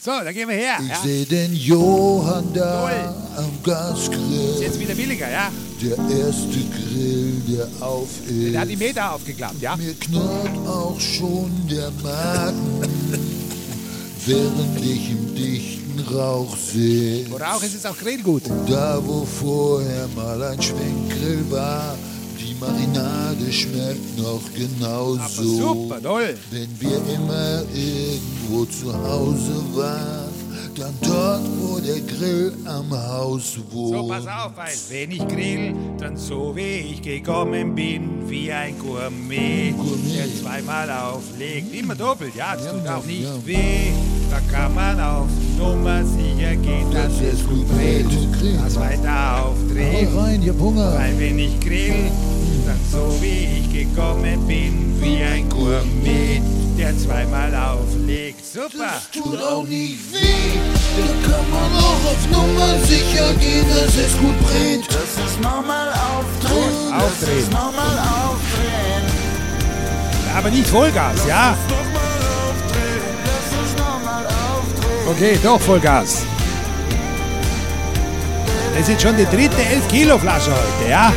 So, da gehen wir her. Ich Ja. sehe den Johann da am Ist Gasgrill. jetzt wieder billiger, ja. Der erste Grill, der auf ist. Der hat die Meter aufgeklappt, ja. Mir knurrt auch schon der Magen, während ich im dichten Rauch sehe. Wo Rauch ist, ist auch Grillgut. Da, wo vorher mal ein Schwenkgrill war, die Marinade schmeckt noch Aber genauso. super, toll. Wenn wir immer irgendwo zu Hause waren, dann dort, wo der Grill am Haus wohnt. So, pass auf, weil wenn ich grill, dann so wie ich gekommen bin, wie ein Gourmet, Gourmet. der zweimal auflegt. Immer doppelt, ja, das Ja, tut ja, auch nicht ja. weh. Da kann man auf Nummer sicher gehen, Das dass es ist gut gut dreht, gut dreht. dass weiter aufdreht. Hau rein, ich hab Hunger. Weil wenn ich grill, dann so wie ich gekommen bin, wie ein Gourmet, der zweimal auflegt. Super! Das tut auch nicht weh. Da kann man auch auf Nummer sicher gehen, dass es gut brennt. Das ist nochmal aufdrehen. Das Aufdrehen. ist nochmal aufdrehen. Aber nicht Vollgas, ja? Doch mal aufdrehen. Das ist nochmal aufdrehen. Okay, doch Vollgas. Das ist schon die dritte 11 Kilo Flasche heute, ja?